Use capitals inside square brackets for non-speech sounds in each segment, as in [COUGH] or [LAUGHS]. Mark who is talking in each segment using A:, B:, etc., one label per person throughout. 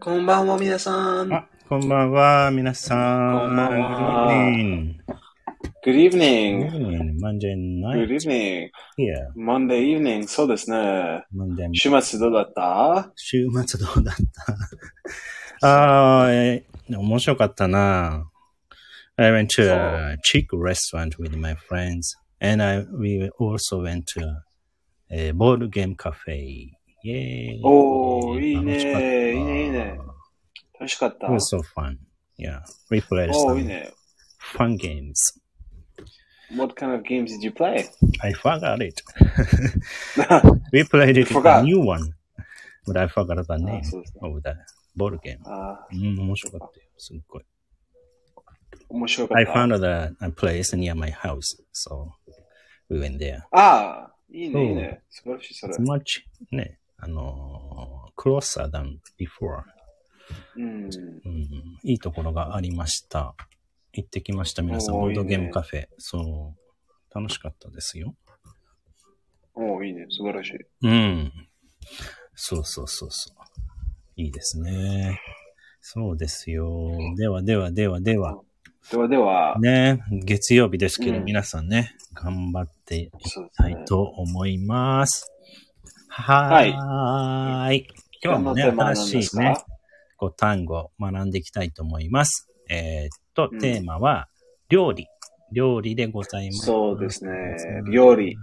A: こんばんは、皆さん。
B: あ、こんばんは、皆さん。
A: こんばんは
B: Good
A: Good evening.
B: evening. Good evening. Monday
A: Good
B: night.
A: evening.
B: Yeah.
A: Monday evening. そうですね。
B: Monday
A: 週末どうだった
B: 週末 [LAUGHS] どうだったああ、えー面白かったな。I went to a Greek restaurant with my friends. And I, we also went to a board game cafe. Yay.
A: おーいいね
B: 楽しかった
A: いいねいいね楽しかった
B: It was so fun. Yeah. We played
A: お
B: some
A: ーいいね。
B: fun games.
A: What kind of games did you play?
B: I forgot it.
A: [LAUGHS]
B: we played it with a
A: Forgot.
B: new one. But I forgot the
A: あ
B: name
A: そうですね。
B: of the board game.
A: あ
B: うん、面白かったよ。すっごい。
A: 面白か
B: I
A: った
B: found the a place near my house. So we went there.
A: ああ、いい
B: うん
A: ね、いいね。素晴らしい、それ
B: It's。much, ね、あのー、closer than before.
A: うん。
B: うん、いいところがありました。行ってきました、皆さん。
A: おー
B: ボードゲ
A: いい
B: ーム
A: ね
B: カフェ。そう。楽しかったですよ。
A: おーいいね。素晴らしい。
B: うん。そうそうそうそう。いいですね。そうですよ。ではではではでは。
A: ではでは、
B: ね、月曜日ですけど、
A: うん
B: 皆さんね、頑張っていき
A: そうです
B: た
A: ね
B: い。と思います。はーい。い今日もね、
A: どんなテーマな
B: 新
A: んで
B: し
A: す
B: い
A: か
B: ね、こう単語を学んでいきたいと思います。えーっと
A: う、ん
B: テーマは、料理。料理でございます。
A: そうですね。料理。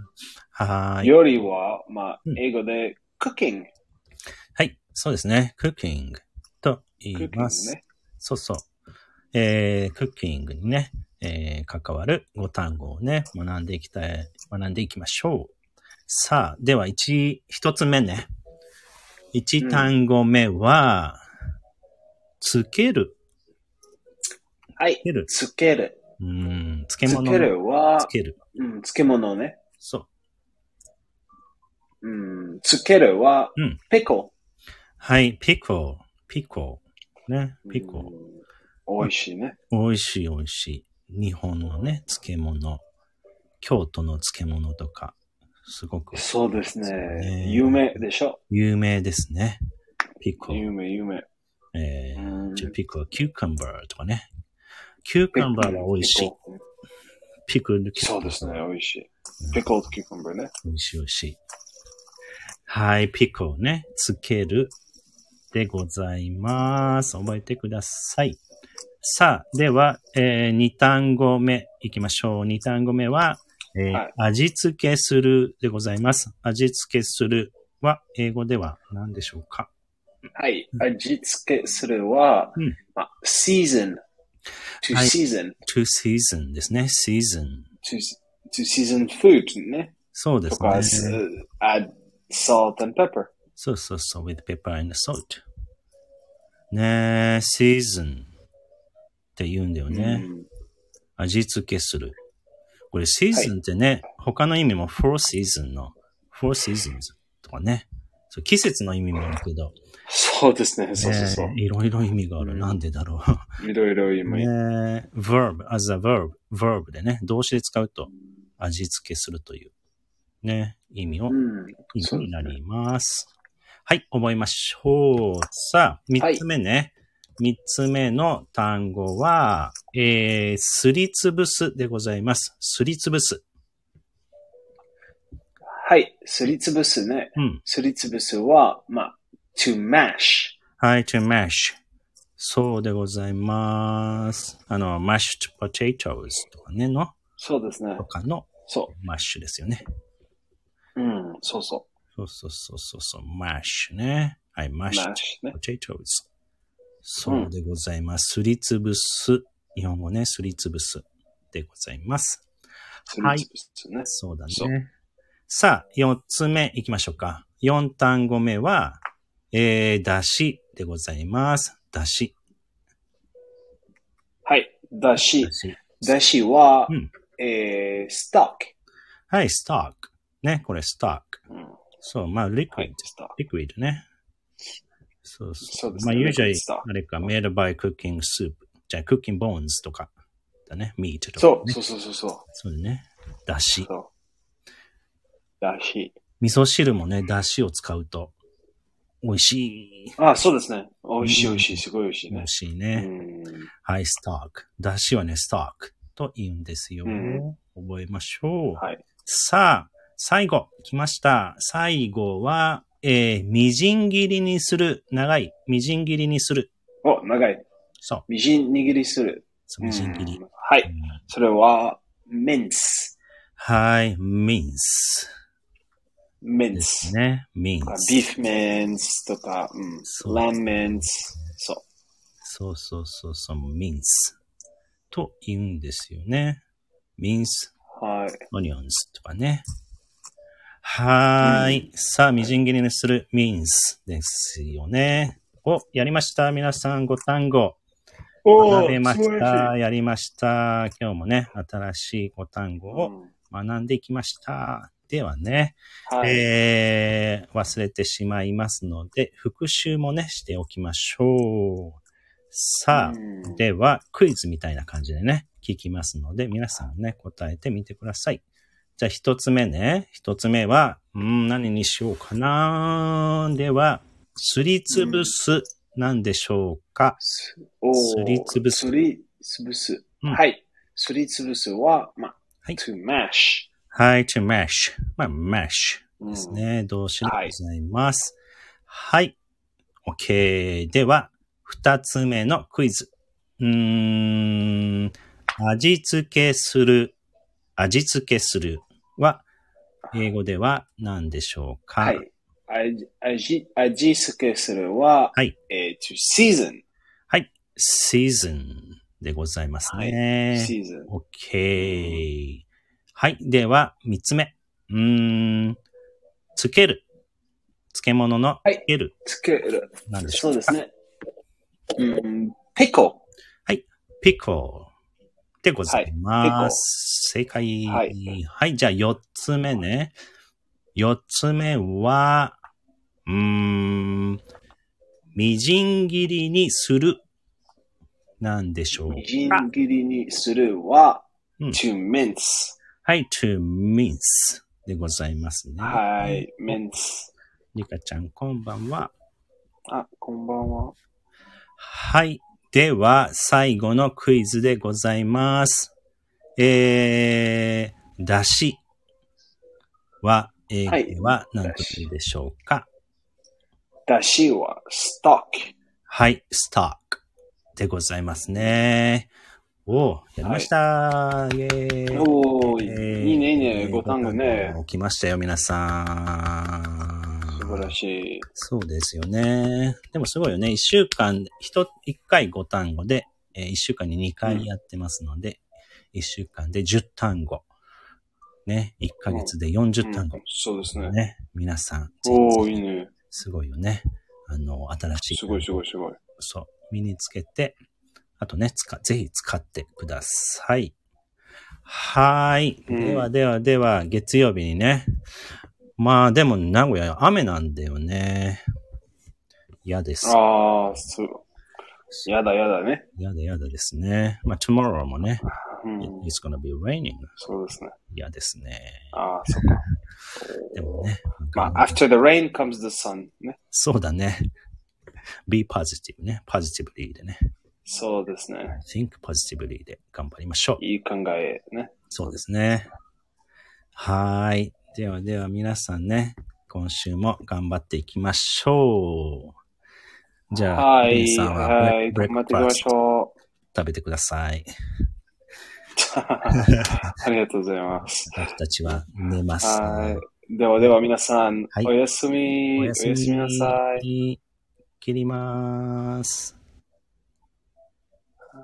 B: はーい。
A: 料理は、まあ
B: う、ん
A: 英語で、クッキング。
B: はい。そうですね。クッキングと言
A: クッキ
B: い
A: ング
B: ます。
A: ね。
B: そうそう。えー、クッキングにね、えー、関わる語単語をね、学んでいきたい、学んでいきましょう。さあ、では一、一つ目ね。一単語目は、つける。
A: はい
B: つ。ける。
A: つける。
B: うん、漬
A: つ
B: 物の。
A: けるは
B: つ、ける。
A: うん、漬物ね。
B: そう。
A: うん、つけるは
B: うん、
A: ピコ。
B: はい、ピコ。ピコ。ね、ピコ。
A: うん。美味しいね。
B: 美味しい美味しい。日本のね、漬物。京都の漬物とか、すごく
A: そうです
B: そう
A: ね
B: ね。
A: 有名でしょ。
B: 有名ですね。ピコ。
A: 有名、有名。
B: え
A: う
B: ー、
A: ん
B: じゃあピコ、キューカンバーとかね。キューカンバーは美味しい
A: ピ。コ
B: ピクルキ
A: そうですね、。美味しい。ピコードキューカンバーね。
B: 美味しい美味しい。はい、ピコね、つけるでございます。覚えてください。さあ、では、え2単語目いきましょう。2単語目は、えー
A: はい
B: 味付けするでございます。味付けするは、英語では何でしょうか
A: はい。味付けするは、
B: うん
A: まあ、season. to
B: はい
A: season.
B: ?to season ですね。season。
A: to, to season food ね。
B: そうで
A: と
B: す
A: か、
B: ね。
A: uh, add salt and pepper.
B: そうそうそう、with pepper and salt。ねえ、season って言うんだよね。
A: うん
B: 味付けする。これ season ってね、他の意味も four season の four seasons とかね。そう季節の意味もあるけど、
A: そうですね、そうそうそう。
B: ねえいろいろ意味がある。
A: うん
B: なんでだろ
A: いろいろ
B: う。
A: 今、
B: ねえ、verb, as a verb, verb でね、動詞で使うと味付けするというね、意味
A: う
B: を
A: ん。
B: 以上になります。はい、覚えましょう。さあ、三つ目ね。三、つ目の単語は、えー、すりつぶすでございます。すりつぶす。
A: はい。すりつぶすね。
B: うん。
A: すりつぶすは、まあ、to mash.
B: はい、to mash。そうでございます。あの、mashed potatoes とかねの、
A: そうですね
B: と。かの
A: そ
B: マッシュですよね。
A: う。うん、そうそ
B: そうそうそうそうそう、mash ね。はい、
A: う。
B: mashed
A: mash ね。
B: potatoes。そうでございます。すりつぶす。日本語ね、すりつぶす。でございます。
A: すりつぶすね。
B: そうだ
A: そう
B: ね。さあ、四つ目行きましょうか。四単語目は、えー、だしでございます。だし。
A: はい。だし
B: だ。し
A: だしは、
B: うん
A: えー、stock。
B: はい、ストック。ね、これストック。
A: うん、
B: そう、まあ、リク
A: はい
B: イド。、
A: stock。
B: リクイドね。そうそ
A: そう
B: う。
A: です
B: まあ、
A: ね
B: usually
A: liquid stock、
B: あれか、made by cooking soup。じゃあ、cooking bones とか。だね、meat とか、ね。
A: そう、そうそうそうそ
B: そうね。だ
A: う
B: し。
A: そう。だし。
B: 味噌汁もね、だしを使うと美味しい。
A: あ、そうですね。美味しい
B: うん
A: 美味しい。すごい美味しい
B: 美
A: ね
B: 味。しいうね。
A: ん。
B: はい、ストック。だしはね、ストックと言うんですよ。
A: うん
B: 覚えましょう。
A: はい。
B: さあ、最後、来ました。最後は、えー、みじん切りにする。長い。みじん切りにする。
A: お、長い。
B: そう。
A: みじん握りする。
B: そうみじん切り。
A: うんは
B: う
A: い。
B: ん
A: それは、メンツ。
B: はい、ミンス。
A: メン
B: で
A: ツ
B: す。ね。ミン
A: とか
B: ス。
A: ビーフメンツとか、うん
B: そう
A: ラーメンツ。そ
B: そうそうそうそう、ミンス。と言うんですよね。ミンス、
A: う。はい。
B: オニオンズとかね。はーい。さあ、みじん切りにするミンスですよね。お、やりました。皆さん、ご単語。学べました。やりました。今日もね、新しいご単語
A: う
B: を
A: ん
B: 学んでいきました。ではね、
A: はい。
B: えー忘れてしまいますので、復習もね、しておきましょう。さあ、
A: うん
B: では、クイズみたいな感じでね、聞きますので、皆さんね、答えてみてください。じゃあ、一つ目ね。一つ目は、うん、何にしようかな。では、すりつぶす、なんでしょうか。
A: すおー
B: すりつぶす
A: すりつぶす。
B: うん
A: はい。すりつぶすは、まあ、
B: はい
A: to mash。
B: はい、to mash。まあ、mash
A: うん
B: ですね。動詞でございます。はい。OK。では、二つ目のクイズ。うーん。味付けする。味付けするは、英語では何でしょうか
A: はい。味味味付けするは、
B: はい
A: えー、to season。
B: season でございますね。
A: season。
B: OK。はい。では、三つ目。うーん。つける。漬物の
A: はい
B: つける。
A: つける。
B: なんでし
A: そ
B: ょ
A: ううですね。うん、pickle。
B: ピコでございます。正解。
A: は
B: は
A: いい。
B: じゃあ、四つ目ね。四つ目は、うーん。みじん切りにする。なんでしょう
A: みじん切りにするは、
B: うん
A: to mince。
B: はい、to mince でございますね。
A: はい、mince。
B: リカちゃん、こんばんは。
A: あ、こんばんは。
B: はい。では、最後のクイズでございます。えー、だしは、英語では何と言うでしょうか
A: だしは、stock。
B: はい、ストックでございますね。おーやりました、イェーイ
A: お
B: え
A: ー、
B: ー
A: いいね、いい
B: え
A: ね、
B: ー
A: ご単語ね。
B: 起きましたよ、皆さん。
A: 素晴らしい。
B: そうですよね。でもすごいよね。一週間、一、一回五単語で、えー一週間に二回やってますので、一、週間で十単語。ね。一ヶ月で四十単語
A: うん。そうですね。
B: ね。皆さん、
A: おー、いいね。
B: すごいよね。あの、新しい。
A: すごい、すごい、すごい。
B: そう、身につけて、あとね、使、ぜひ使ってください。はーい。
A: うん
B: ではではでは、月曜日にね。まあでも、名古屋雨なんだよね。嫌です。
A: あー、そう。やだ、やだね。
B: 嫌だ嫌だですね。まあ、tomorrow もね、
A: うん、
B: it's gonna be raining.
A: そうですね。
B: 嫌ですね。
A: あー、そっか。
B: でもね、なんか
A: まあ、after the rain comes the sun. ね。
B: そうだね。be positive ね。positively でね。
A: そうですね。
B: think positively で頑張りましょう。
A: いい考えね。
B: そうですね。はーい。ではでは皆さんね、今週も頑張っていきましょう。じゃあ、
A: は
B: 皆
A: い、
B: さんはブレ
A: はい、
B: ブレ
A: 頑張
B: ッ
A: っ
B: ク
A: ていき
B: ファー
A: ま
B: ス
A: し
B: ト
A: ょう。
B: 食べてください。
A: [LAUGHS] ありがとうございます。
B: 私たちは寝ます。
A: はい。ではでは皆さん、
B: はい
A: おやすみ。おやすみなさい。
B: い。切ります。